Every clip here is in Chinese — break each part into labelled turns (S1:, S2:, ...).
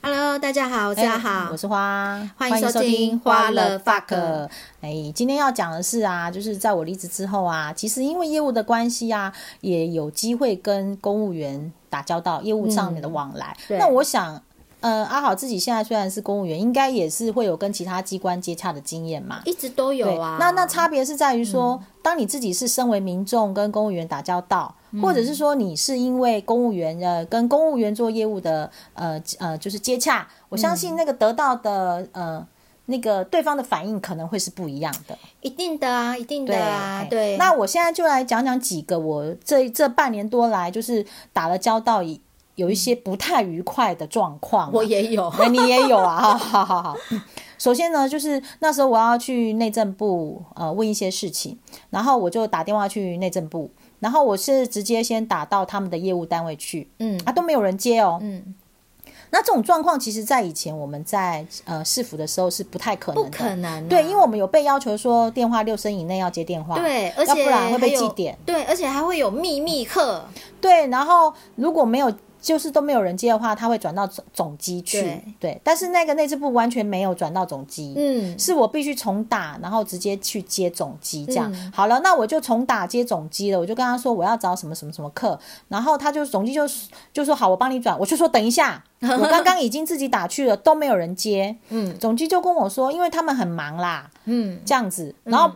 S1: Hello，大家好，大家好，
S2: 哎我是花，
S1: 欢迎收听花了 fuck
S2: 哎，今天要讲的是啊，就是在我离职之后啊，其实因为业务的关系啊，也有机会跟公务员打交道，业务上面的往来。
S1: 嗯对
S2: 那我想，呃，阿好自己现在虽然是公务员，应该也是会有跟其他机关接洽的经验嘛。
S1: 一直都有啊。嗯
S2: 那那差别是在于说，当你自己是身为民众跟公务员打交道，
S1: 嗯
S2: 或者是说你是因为公务员呃跟公务员做业务的呃呃就是接洽，
S1: 嗯
S2: 我相信那个得到的、呃那个对方的反应可能会是不一样的。
S1: 一定的啊，一定的啊，
S2: 哎
S1: 对。
S2: 那我现在就来讲讲几个我这这半年多来就是打了交道以。有一些
S1: 嗯
S2: 不太愉快的状况啊、
S1: 我也有，
S2: 那你也有啊，好好好好。嗯首先呢，就是那时候我要去内政部呃问一些事情，然后我就打电话去内政部，然后我是直接先打到他们的业务单位去，
S1: 嗯
S2: 啊都没有人接哦。
S1: 嗯，
S2: 那这种状况其实在以前我们在呃市府的时候是不太可能
S1: 不
S2: 的，
S1: 可能啊，
S2: 对，因为我们有被要求说电话六声以内要接电话，
S1: 对，而
S2: 要
S1: 且
S2: 不然会被
S1: 还有
S2: 记点。
S1: 对，而且还会有秘密课，
S2: 对，然后如果没有。就是都没有人接的话，他会转到总总机去。
S1: 对
S2: 但是那个内政部完全没有转到总机。
S1: 嗯，
S2: 是我必须重打，然后直接去接总机这样。
S1: 嗯
S2: 好了，那我就重打接总机了，我就跟他说我要找什么什么什么课，然后他就总机就就说好，我帮你转，我就说等 一下，我刚刚已经自己打去了，都没有人接。
S1: 嗯，
S2: 总机就跟我说，因为他们很忙啦，
S1: 嗯，
S2: 这样子，然后。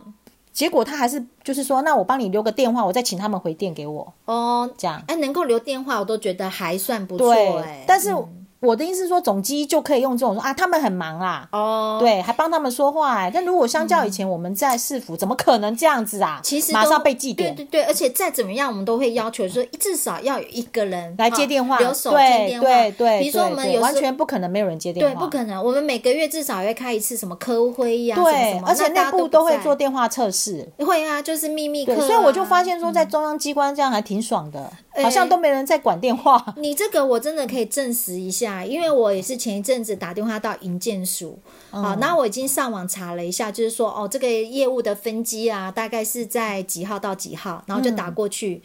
S2: 结果他还是就是说，那我帮你留个电话，我再请他们回电给我，
S1: 哦，
S2: 这样。
S1: 哎，能够留电话，我都觉得还算不错
S2: 对，
S1: 哎。
S2: 但是我的意思是说，总机就可以用这种说啊，他们很忙啦，
S1: 哦，
S2: 对，还帮他们说话哎、但如果相较以前我们在市府，怎么可能这样子啊？
S1: 嗯其实
S2: 马
S1: 都
S2: 上被记点。
S1: 对对对，而且再怎么样，我们都会要求说，至少要有一个人
S2: 来
S1: 哈
S2: 接电话，
S1: 啊留守接
S2: 对
S1: 电话。
S2: 对对，
S1: 比如说我们
S2: 对
S1: 有
S2: 完
S1: 时
S2: 全不可能没有人接电
S1: 对，
S2: 话，
S1: 不可能，我们每个月至少也会开一次什么科会呀、什么
S2: 对
S1: 什，么
S2: 而且
S1: 那大家
S2: 内部
S1: 都
S2: 都会
S1: 不在
S2: 做电话测试，
S1: 会啊，就是秘密课、
S2: 对，
S1: 啊。
S2: 所以我就发，现说，在中央机关这样还挺爽的，
S1: 哎
S2: 好像都没人在管电话。
S1: 你这个我真的可以证实一下，因为我也是前一阵子打电话到营建署，
S2: 嗯
S1: 好、那我已经上网查了一下，就是说哦，这个业务的分机啊，大概是在几号到几号，然后就打
S2: 嗯
S1: 过去。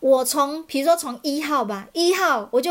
S1: 我从比如说从一号吧，一号我就。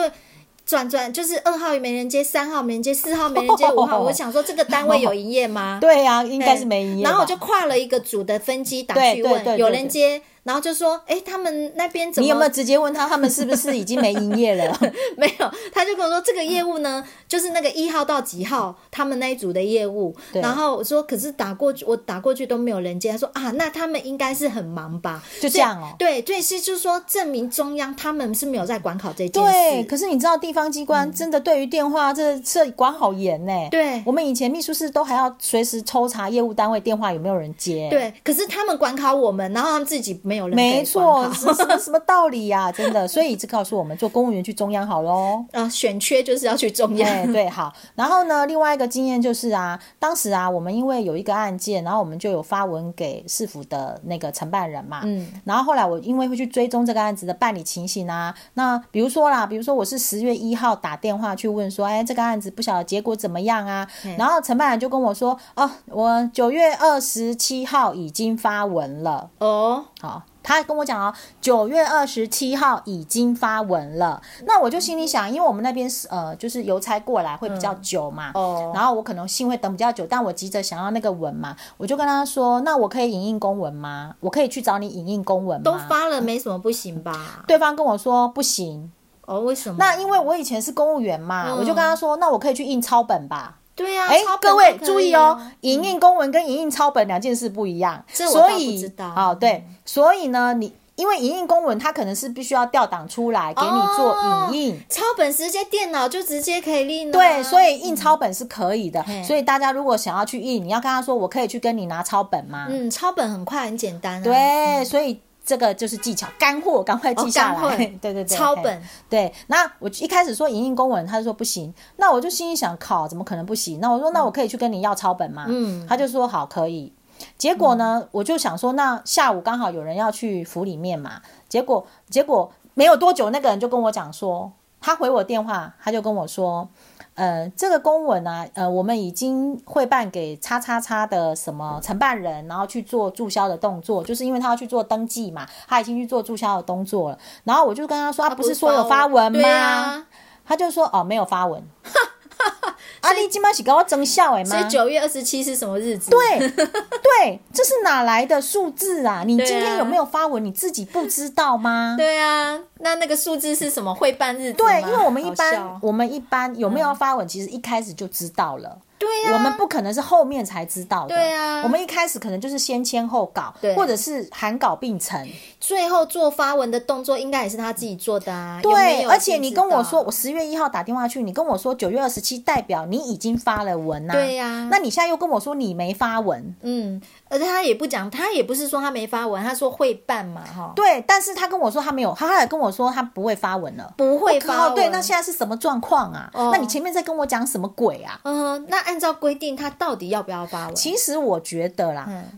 S1: 转转就是二号也没人接，三号没人接，四号没人接，五号我想说这个单位有营业吗？
S2: 对呀、应该是没营业吧。
S1: 哎然后我就跨了一个组的分机打
S2: 对
S1: 去
S2: 对
S1: 问，
S2: 对
S1: 有
S2: 对
S1: 人
S2: 对
S1: 接，然后就说，哎，他们那边怎么
S2: 你有没有直接问他，他们是不是已经没营业 了？
S1: 没有？他就跟我说这个业务呢，就是那个一号到几号他们那一组的业务。
S2: 对
S1: 然后我说，可是打过去，我打过去都没有人接。他说啊，那他们应该是很忙吧？
S2: 就这样哦。
S1: 对，对，是就是说证明中央他们是没有在管考这件
S2: 对，
S1: 事。
S2: 可是你知道地方机关真的对于电话这这管好严呢、
S1: 嗯对
S2: 我们以前秘书室都还要随时抽查业务单位电话有没有人接。，
S1: 对，可是他们管考我们，然后他们自己没有人
S2: 没
S1: 给
S2: 错
S1: 管，考。
S2: 什什么什么道理呀、真的，所以这告诉我们，做公务员去中央好喽。
S1: 啊，选缺就是要去中央。
S2: 对对，好。然后呢，另外一个经验就是啊，当时啊，我们因为有一个案件，然后我们就有发文给市府的那个承办人嘛。
S1: 嗯。
S2: 然后后来我因为会去追踪这个案子的办理情形啊，那比如说啦，比如说我是十月一号打电话去问说，哎，这个案子不晓得结果怎么样啊？然后承办人就跟我说，哦，我九月二十七号已经发文了。
S1: 哦，
S2: 好，他跟我讲哦，九月二十七号已经发文了。那我就心里想，因为我们那边是呃，就是邮差过来会比较久嘛，
S1: 哦
S2: 然后我可能信会等比较久，但我急着想要那个文嘛，我就跟他说，那我可以影印公文吗？我可以去找你影印公文吗？
S1: 都发了没什么不行吧？
S2: 啊对方跟我说不行，
S1: 哦，为什么？
S2: 那因为我以前是公务员嘛，
S1: 嗯
S2: 我就跟他说，那我可以去印抄本吧。
S1: 对呀、啊，
S2: 哎
S1: 抄，本
S2: 各位
S1: 都可以
S2: 注意
S1: 啊
S2: 哦，，影印公文跟影印抄本两件事不一样，
S1: 这我
S2: 所
S1: 倒不
S2: 以
S1: 知道
S2: 哦，对，所以呢，你因为影印公文它可能是必须要调档出来给你
S1: 哦
S2: 做影印。
S1: 抄本直接电脑就直接可以印了。
S2: 对，所以印抄本是可以的，
S1: 嗯嘿
S2: 所以大家如果想要去印，你要跟他说，我可以去跟你拿抄本吗？
S1: 嗯，抄本很快很简单、啊。
S2: 对，所以这个就是技巧，干货，赶快记下来。
S1: 哦干货
S2: 对对对，
S1: 抄
S2: 嘿
S1: 本。
S2: 对，那我一开始说影印公文，他就说不行，那我就心里想，靠，怎么可能不行？那我说，那我可以去跟你要抄本吗？
S1: 嗯
S2: 他就说好，可以。结果呢，我就想说，那下午刚好有人要去府里面嘛，结果结果没有多久，那个人就跟我讲说，他回我电话，他就跟我说，呃，这个公文啊，呃，我们已经会办给叉叉叉的什么承办人，然后去做注销的动作，就是因为他要去做登记嘛，他已经去做注销的动作了。然后我就跟他说，啊，不是说有发文
S1: 对
S2: 吗？
S1: 啊，
S2: 他就说，哦，没有发文。啊，你今晚是给我增效哎
S1: 所以
S2: 吗？
S1: 九月二十七是什么日子？
S2: 对对，这是哪来的数字啊？你
S1: 对啊
S2: 今天有没有发文？你自己不知道吗？
S1: 对啊，那那个数字是什么？会办日子吗
S2: 对，因为我们一
S1: 好笑
S2: 般我们一般有没有发文，其实一开始就知道了。
S1: 对呀、
S2: 我们不可能是后面才知道的，
S1: 对啊
S2: 我们一开始可能就是先签后稿
S1: 对，
S2: 或者是含稿并陈，
S1: 最后做发文的动作应该也是他自己做的啊。有没
S2: 对。
S1: 有
S2: 而且你跟我说，
S1: 知
S2: 我十月一号打电话去，你跟我说九月二十七，代表你已经发了文呐、啊
S1: 道对呀、
S2: 那你现在又跟我说你没发文，
S1: 嗯，而且他也不讲，他也不是说他没发文，他说会办嘛，哈，
S2: 对，但是他跟我说他没有，他后来跟我说他不会发文了。
S1: 不会发
S2: 靠，
S1: 文。
S2: 哦对，那现在是什么状况啊？
S1: 啊哦
S2: 那你前面在跟我讲什么鬼啊？
S1: 嗯，那按照规定，他到底要不要发文？
S2: 其实我觉得啦，
S1: 嗯，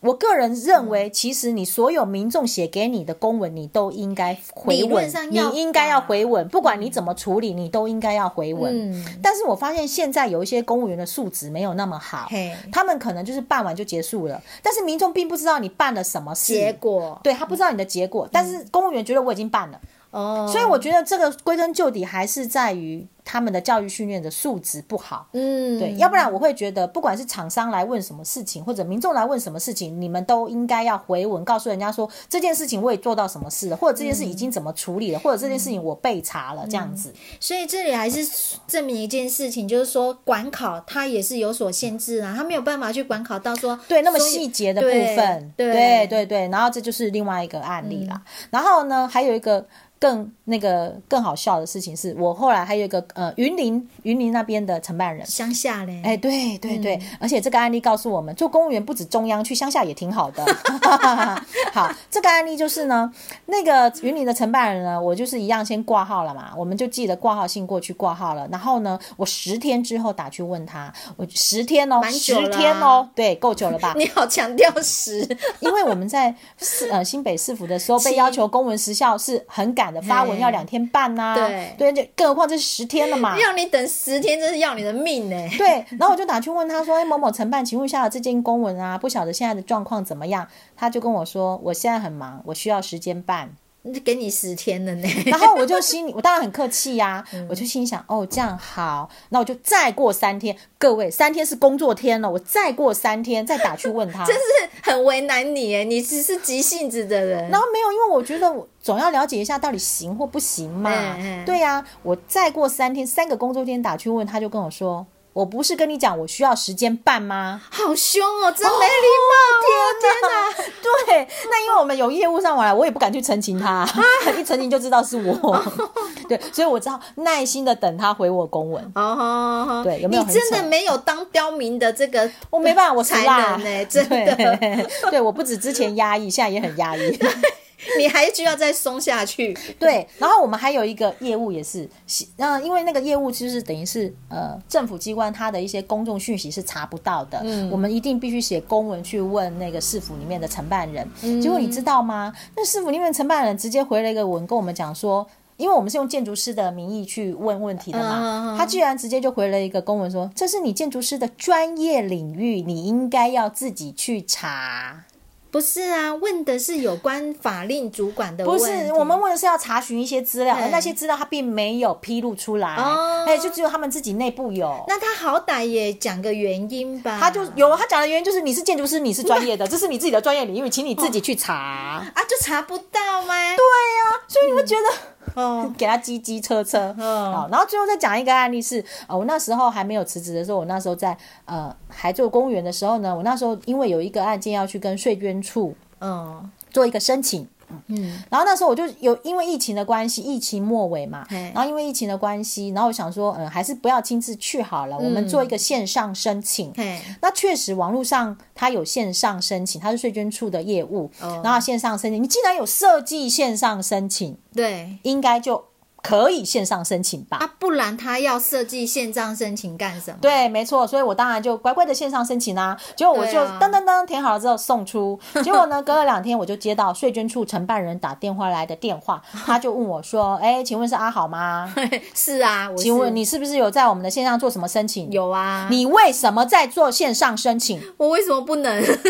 S2: 我个人认为，其实你所有民众写给你的公文，你都应该回
S1: 理论
S2: 文
S1: 上，
S2: 你
S1: 要
S2: 应该要
S1: 吧
S2: 回文，不管你怎么处理，你都应该要回文。
S1: 嗯，
S2: 但是我发现现在有一些公务员的素质没有那么好
S1: 嘿，
S2: 他们可能就是办完就结束了，但是民众并不知道你办了什么事，
S1: 结果嗯
S2: 对他不知道你的结果，但是公务员觉得我已经办了，
S1: 哦，
S2: 所以我觉得这个归根究底还是在于他们的教育训练的素质不好。
S1: 嗯，
S2: 对，要不然我会觉得，不管是厂商来问什么事情，或者民众来问什么事情，你们都应该要回文，告诉人家说这件事情我也做到什么事了，或者这件事已
S1: 嗯
S2: 经怎么处理了，或者这件事情我被查了，这样子。
S1: 所以这里还是证明一件事情，就是说管考它也是有所限制啊，它没有办法去管考到说
S2: 对，那么
S1: 所以
S2: 细节的部分，
S1: 对嗯
S2: 对对对然后这就是另外一个案例啦。然后呢，还有一个更那个更好笑的事情是，我后来还有一个呃，云林云林那边的承办人。
S1: 乡下嘞，
S2: 哎、对对对、
S1: 嗯
S2: 而且这个案例告诉我们，做公务员不止中央，去乡下也挺好的。 好，这个案例就是呢，那个云林的承办人呢，我就是一样先挂号了嘛，我们就寄了挂号信过去挂号了。然后呢，我十天之后打去问他，我十天哦，
S1: 蛮久
S2: 十
S1: 了啊
S2: 天哦，对，够久了 吧？
S1: 你好强调 时，
S2: 因为我们在市呃新北市府的时候被要求公文时效是很赶的，发文要两天半呐、
S1: 对
S2: 对，就更何况这是十天了嘛。
S1: 要你等十天，真是要你的命呢、
S2: 对，然后我就打去问他说：“哎，某某承办，请问一下这件公文啊，不晓得现在的状况怎么样？”他就跟我说：“我现在很忙，我需要时间办。
S1: 给你十天了呢、”
S2: 然后我就心里，我当然很客气呀、
S1: 嗯
S2: 我就心想：“哦，这样好。”那我就再过三天，各位，三天是工作天哦了，我再过三天再打去问 他。
S1: 真是很为难你哎，你只是急性子的人，
S2: 然后没有，因为我觉得我总要了解一下到底行或不行嘛。
S1: 嗯嗯
S2: 对呀、我再过三天，三个工作天打去问，他就跟我说：“我不是跟你讲我需要时间办吗？”
S1: 好凶哦，真没
S2: 礼貌，天哪！对，那因为我们有业务上来，我也不敢去澄清 他，一澄清就知道是我。
S1: 哦
S2: 对，所以我只好耐心的等他回我公文。
S1: 哦吼吼
S2: 对有没有
S1: 你
S2: 很
S1: 真的
S2: 扯
S1: 没有当刁民的这个，
S2: 我没办法，我吃
S1: 才
S2: 辣
S1: 能呢、真的，
S2: 对，对我不止之前压抑，现在也很压抑。
S1: 你还需要再松下去。
S2: 对，然后我们还有一个业务也是，嗯、因为那个业务就是等于是呃政府机关它的一些公众讯息是查不到的，
S1: 嗯
S2: 我们一定必须写公文去问那个市府里面的承办人。
S1: 嗯
S2: 结果你知道吗？那市府里面承办人直接回了一个文跟我们讲说。因为我们是用建筑师的名义去问问题的嘛，
S1: 嗯
S2: 他居然直接就回了一个公文说：“这是你建筑师的专业领域，你应该要自己去查。”
S1: 不是啊，问的是有关法令主管的
S2: 不
S1: 问题，
S2: 是，我们问的是要查询一些资料，
S1: 对
S2: 而那些资料他并没有披露出来，
S1: 哦
S2: 哎，就只有他们自己内部有。
S1: 那他好歹也讲个原因吧。啊
S2: 他就有他讲的原因就是你是建筑师，你是专业的，这是你自己的专业领域，请你自己去查。
S1: 啊，就查不到吗？
S2: 啊所以你会觉得
S1: 哦，
S2: 给他叽叽车车。
S1: 嗯
S2: 好，然后最后再讲一个案例是，呃，我那时候还没有辞职的时候，我那时候在呃还做公务员的时候呢，我那时候因为有一个案件要去跟税捐处
S1: 嗯
S2: 做一个申请，
S1: 嗯，
S2: 然后那时候我就有因为疫情的关系，疫情末尾嘛，
S1: 嘿
S2: 然后因为疫情的关系，然后我想说，嗯，还是不要亲自去好
S1: 嗯
S2: 了，我们做一个线上申请。
S1: 嘿，
S2: 那确实，网络上它有线上申请，它是税捐处的业务，
S1: 哦
S2: 然后线上申请，你既然有设计线上申请，
S1: 对
S2: 应该就可以线上申请吧？
S1: 啊，不然他要设计线上申请干什么？
S2: 对，没错，所以我当然就乖乖的线上申请啦、结果我就
S1: 对啊
S2: 噔噔噔填好了之后 送出，结果呢，隔了两天我就接到税捐处承办人打电话来的电话，他就问我说：“哎、请问是阿 好吗？
S1: 是啊，我是
S2: 请问你是不是有在我们的线上做什么申请？
S1: 有啊？
S2: 你为什么在做线上申请？
S1: 我为什么不能？
S2: 对，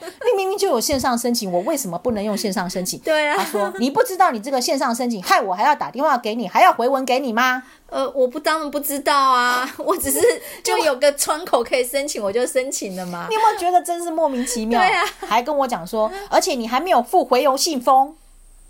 S2: 你明明就有线上申请，我为什么不能用线上申请？
S1: 对啊
S2: 他说你不知道你这个线上申请，害我还要打电话话给你，还要回文给你吗？
S1: 呃，我不当然不知道 啊，我只是就有个窗口可以申请，我就申请了嘛
S2: 你。有没有觉得真是莫名其 妙？
S1: 对啊
S2: 还跟我讲说，而且你还没有付回邮信封，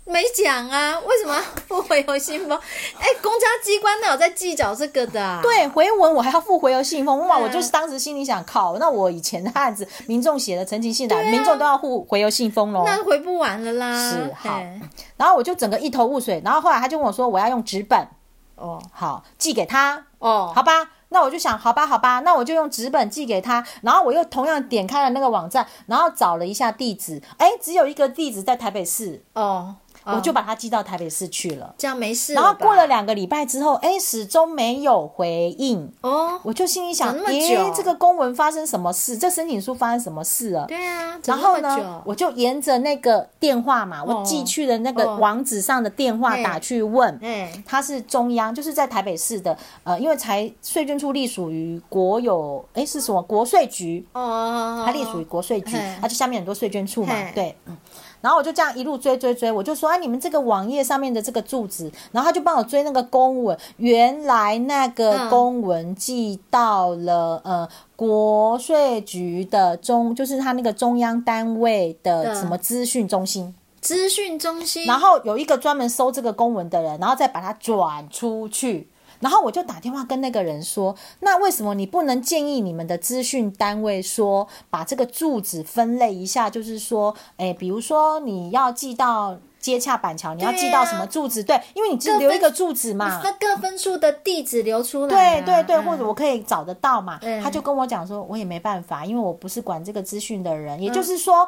S1: 没讲啊，为什么不回邮信 封？哎、公家机关哪有在计较这个的、啊？
S2: 对，回文我还要付回邮信封，哇！
S1: 对
S2: 我就是当时心里想，靠，那我以前的案子，民众写的陈情信来，民众都要付回邮信封喽。
S1: 啊那回不完了啦。
S2: 是好
S1: 哎
S2: 然后我就整个一头雾水，然后后来他就跟我说，我要用纸本，
S1: 哦
S2: 好寄给他，
S1: 哦，
S2: 好吧？那我就想，好吧，好吧，那我就用纸本寄给他。然后我又同样点开了那个网站，然后找了一下地址，哎，只有一个地址在台北市，
S1: 哦，哦
S2: 我就把它寄到台北市去了。
S1: 这样没事吧。
S2: 然后过了两个礼拜之后，哎，始终没有回应。
S1: 哦，
S2: 我就心里想，
S1: 等那么久
S2: 咦，这个公文发生什么事？这申请书发生什么事了？
S1: 对啊，
S2: 然
S1: 等
S2: 后
S1: 那么
S2: 呢，
S1: 久
S2: 我就沿着那个电话嘛，我寄去的那个
S1: 哦
S2: 网址上的电话打去问，
S1: 哎
S2: 他是中央，就是在台北市的，呃，因为财税捐处隶属于国有，哎，是什么国税局？
S1: 哦，
S2: 它隶属于国税局
S1: 嘿，
S2: 它就下面很多税捐处嘛
S1: 嘿，
S2: 对。嗯然后我就这样一路追追追，我就说啊，你们这个网页上面的这个住址，然后他就帮我追那个公文，原来那个
S1: 嗯
S2: 公文寄到了、呃国税局的中，就是他那个中央单位的
S1: 嗯
S2: 什么资讯中心，
S1: 资讯中心，
S2: 然后有一个专门收这个公文的人，然后再把它转出去。然后我就打电话跟那个人说，那为什么你不能建议你们的资讯单位说把这个住址分类一下？就是说，诶，比如说你要寄到接洽板桥，你要
S1: 对
S2: 寄到
S1: 啊
S2: 什么住址？对，因为你只
S1: 各
S2: 留一
S1: 分
S2: 个住址嘛。
S1: 那各分数的地址留出来
S2: 对
S1: 啊。
S2: 对对，
S1: 嗯
S2: 或者我可以找得到嘛。
S1: 嗯
S2: 他就跟我讲说，我也没办法，因为我不是管这个资讯的人，也
S1: 嗯
S2: 就是说，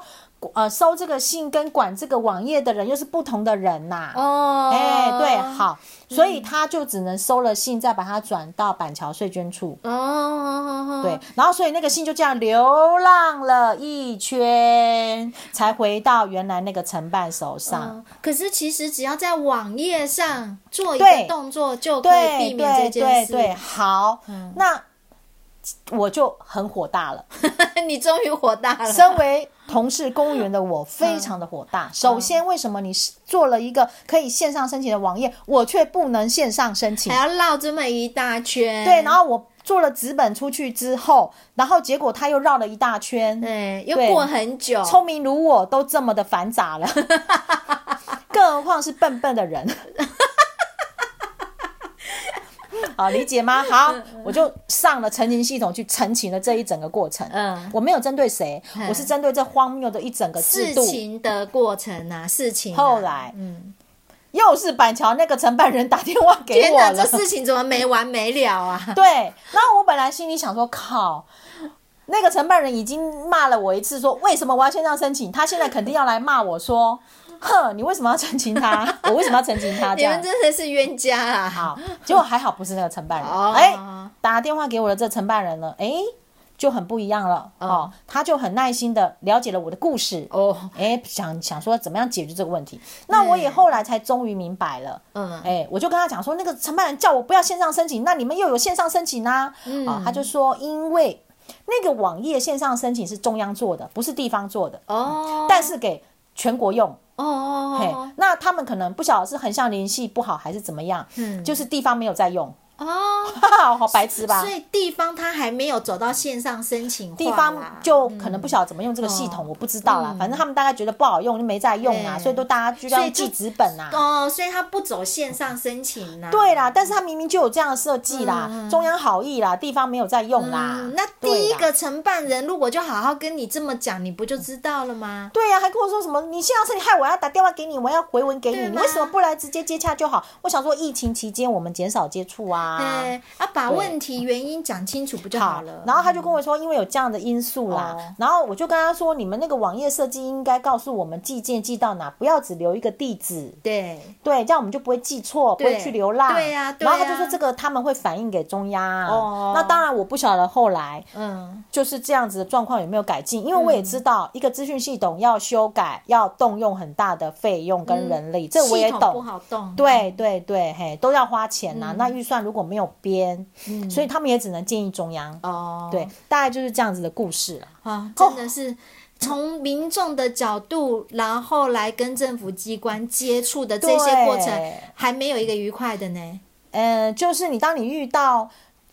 S2: 呃，收这个信跟管这个网页的人又是不同的人呐、
S1: 哦，
S2: 哎、对，好，所以他就只能收了信，再把它转到板桥税捐处。
S1: 哦，
S2: 对，然后所以那个信就这样流浪了一圈，才回到原来那个承办手上。
S1: 哦可是其实只要在网页上做一
S2: 对
S1: 个动作，就可以避免这件
S2: 对
S1: 事。嗯
S2: 对，好，那我就很火大了。
S1: 你终于火大了。
S2: 身为同事公务员的我，非常的火
S1: 嗯
S2: 大。首先，为什么你是做了一个可以线上申请的网页，我却不能线上申请
S1: 还？要绕这么一大圈，
S2: 对，然后我做了纸本出去之后，然后结果他又绕了一大圈。
S1: 对，又
S2: 对
S1: 过很久，
S2: 聪明如我都这么的繁杂了， 更何况是笨笨 的人。好，理解吗？好，
S1: 嗯
S2: 我就上了陈情系统去陈情了这一整个过程。
S1: 嗯
S2: 我没有针对谁，我是针对这荒谬的一整个制
S1: 事
S2: 度。
S1: 情的过程啊，事情啊、
S2: 后来
S1: 嗯，
S2: 又是板桥那个承办人打电话给
S1: 天
S2: 我
S1: 哪，
S2: 了
S1: 这，事情怎么没完没了 啊？
S2: 对，然后我本来心里想说，靠，那个承办人已经骂了我一次说为什么我要线上申请，他现在肯定要来骂我说， 哼，你为什么要澄清 他？我为什么要澄清他？这
S1: 你
S2: 样
S1: 们真的是冤家啊！
S2: 好，结果还好不是那个承办人，
S1: 哦
S2: 哎、打电话给我的这承办人呢，哎、就很不一样了
S1: 嗯
S2: 哦，他就很耐心的了解了我的故事，
S1: 哦，
S2: 哎、想想说怎么样解决这个问题。那我也后来才终于明白了，
S1: 嗯，
S2: 哎、我就跟他讲说，那个承办人叫我不要线上申请，那你们又有线上申请呐、啊？他就说，因为那个网页线上申请是中央做的，不是地方做的，
S1: 哦，
S2: 但是给全国用。
S1: 哦哦
S2: 嘿，
S1: 哦
S2: 那他们可能不晓得是横向联系不好还是怎么样，
S1: 嗯
S2: 就是地方没有在用，
S1: 哦，
S2: 哈哈，好白痴吧
S1: 所？以地方他还没有走到线上申请化
S2: 地
S1: 啦
S2: 方就可能不晓得怎么用这个系统，我不知道啦。反正他们大概觉得不好用，就没在用啊，
S1: 对
S2: 所以都大家就这样
S1: 所以就
S2: 记纸本啊。
S1: 哦，所以他不走线上申请啦。
S2: 对啊啦，但是他明明就有这样的设计啦，
S1: 嗯
S2: 中央好意啦，地方没有在用啦。
S1: 嗯，那
S2: 对
S1: 第一
S2: 啦
S1: 个承办人如果就好好跟你这么讲，你不就知道了吗？
S2: 对啊呀、还跟我说什么？你现在是你害我要打电话给你，我要回文给你，
S1: 对
S2: 你
S1: 吗
S2: 为什么不来直接接洽就好？我想说，疫情期间我们减少接触啊。
S1: 对，啊，把
S2: 对
S1: 问题原因讲清楚不就
S2: 好
S1: 好了？
S2: 然后他就跟我说，因为有这样的因素啦，
S1: 哦
S2: 然后我就跟他说，你们那个网页设计应该告诉我们寄件寄到哪，不要只留一个地址，
S1: 对，
S2: 对，这样我们就不会记错，不
S1: 对
S2: 会去流浪。
S1: 对呀对
S2: 然
S1: 呀
S2: 后他就说这个他们会反映给中央。
S1: 哦
S2: 那当然我不晓得后来
S1: 嗯，
S2: 就是这样子的状况有没有改进，因为我也知道一个资讯系统要修改，要动用很大的费用跟人力，这我也
S1: 嗯系统不
S2: 懂。
S1: 好嗯动，
S2: 对对对，嘿，都要花钱呐、那预算如果没有编，所以他们也只能建议中央。
S1: 嗯哦，
S2: 对，大概就是这样子的故事了。
S1: 啊，真的是。从民众的角度，然后来跟政府机关接触的这些过程
S2: 对，
S1: 还没有一个愉快的呢。
S2: 呃，就是你当你遇到，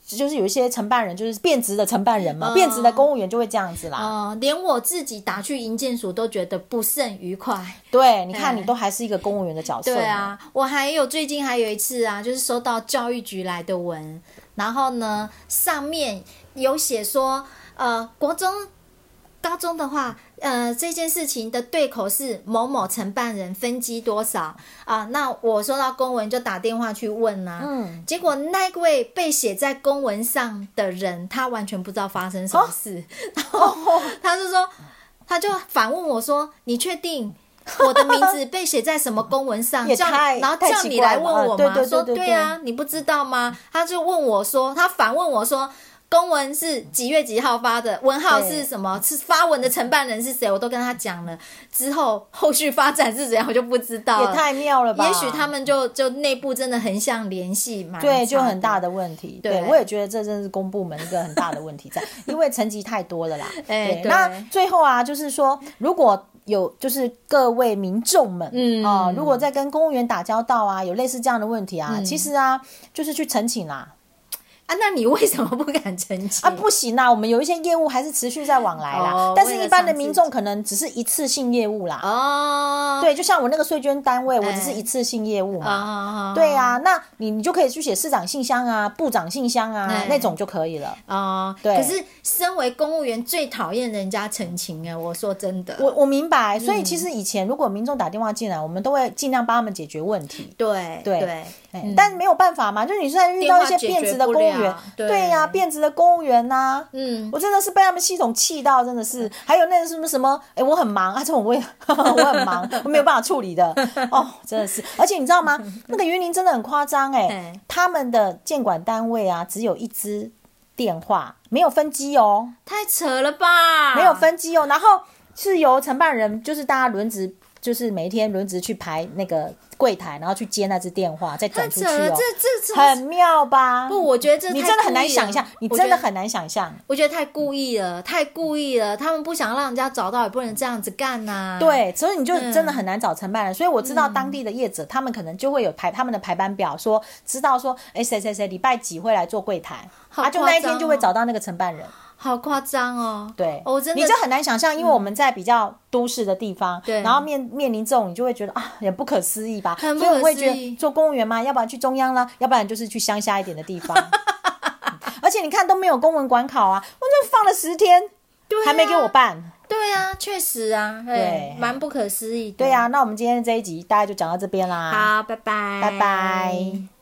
S2: 就是有一些承办人，就是变质的承办人嘛，
S1: 嗯
S2: 变质的公务员就会这样子啦。
S1: 呃，连我自己打去营建署都觉得不甚愉快。
S2: 对，你看
S1: 嗯
S2: 你都还是一个公务员的角色，
S1: 对，啊，我还有最近还有一次啊，就是收到教育局来的文，然后呢，上面有写说，呃，国中、高中的话，呃，这件事情的对口是某某承办人分机多少啊、那我收到公文就打电话去问啊，
S2: 嗯，
S1: 结果那位被写在公文上的人，他完全不知道发生
S2: 哦
S1: 什么事，然后他就说， 他就反问我说：“你确定？”我的名字被写在什么公文上？
S2: 也
S1: 叫
S2: 太
S1: 然后
S2: 太
S1: 叫
S2: 奇
S1: 你
S2: 怪
S1: 来
S2: 了
S1: 问
S2: 嗯
S1: 我
S2: 对
S1: 吗？
S2: 对对
S1: 说
S2: 对
S1: 对啊，你不知道吗？他就问我说，他反问我说，公文是几月几号发的，文号
S2: 对
S1: 是什么，是发文的承办人是谁，我都跟他讲了。之后后续发展是怎样，我就不知道
S2: 也
S1: 了。
S2: 太妙了吧？
S1: 也许他们就就内部真的很想联系嘛，
S2: 对，就很大。的问题。对，
S1: 对
S2: 我也觉得这真是公部门一个很大的问题在，因为层级太多了啦。
S1: 哎对
S2: 那最后啊，就是说，如果有就是各位民众们，
S1: 嗯
S2: 哦、如果在跟公务员打交道啊，有类似这样的问题啊，
S1: 嗯
S2: 其实啊，就是去澄清啦。
S1: 啊，那你为什么不敢澄清
S2: 啊，不行啦，我们有一些业务还是持续在往来啦，
S1: 哦
S2: 但是
S1: 为了
S2: 一般的
S1: 上
S2: 民
S1: 自
S2: 众可能只是一次性业务啦。
S1: 哦，
S2: 对，就像我那个税捐单位，我只是
S1: 哎
S2: 一次性业务嘛。
S1: 啊，
S2: 对啊，那你你就可以去写市长信箱啊、部长信箱啊、
S1: 哎
S2: 那种就可以了。
S1: 哦，
S2: 对
S1: 可是身为公务员，最讨厌人家澄清哎，我说真的，
S2: 我我明白，所以其
S1: 嗯
S2: 实以前如果民众打电话进来，我们都会尽量帮他们解决问题。
S1: 对
S2: 对
S1: 对，嗯
S2: 哎但没有办法嘛，就是你现在遇到一些变质的公务
S1: 电话解决
S2: 员
S1: 不了，对
S2: 对呀、变质的公务员呐、
S1: 嗯，
S2: 我真的是被他们系统气到，真的是。还有那个什么什么，哎、我很忙啊，这种我也 我很忙，我没有办法处理的。哦，真的是。而且你知道吗？那个云林真的很夸张哎
S1: 哎，
S2: 他们的监管单位啊，只有一支电话，没有分机哦。
S1: 太扯了吧，
S2: 没有，分机哦。然后是由承办人，就是大家轮值，就是每一天轮值去排那个柜台，然后去接那只电话，再
S1: 太
S2: 转出去
S1: 扯了，
S2: 哦
S1: 这，这
S2: 很妙吧？
S1: 不，我觉得这
S2: 你
S1: 太
S2: 真的很
S1: 故
S2: 难
S1: 意了
S2: 想象，你
S1: 我
S2: 真
S1: 觉
S2: 的
S1: 得嗯
S2: 很难想象。
S1: 我觉得太故意了，太故意了，他们不想让人家找到，也不能这样子干呐，，
S2: 对，所以你就真
S1: 嗯
S2: 的很难找承办人。所以我知道当地的业者，他们可能就会有排他们的排班表，说知道说，哎，谁谁谁礼拜几会来做柜台，
S1: 好
S2: 啊，就那一
S1: 夸张
S2: 天就会
S1: 哦
S2: 找到那个承办人。
S1: 好夸张哦，
S2: 对，
S1: 哦我真的嗯
S2: 你这很难想象，因为我们在比较都市的地方，
S1: 对
S2: 然后面面临这种，你就会觉得啊，也不可思议吧。
S1: 很不
S2: 所以我会觉
S1: 可思
S2: 得
S1: 议
S2: 做公务员嘛，要不然去中央啦，要不然就是去乡下一点的地方。 嗯而且你看都没有公文管考啊，我就放了十天，
S1: 对啊
S2: 还没给我办。
S1: 对啊，确实啊，
S2: 对
S1: 哎蛮不可思议的。
S2: 啊对啊，那我们今天这一集大概就讲到这边啦。
S1: 好，拜拜，
S2: 拜拜。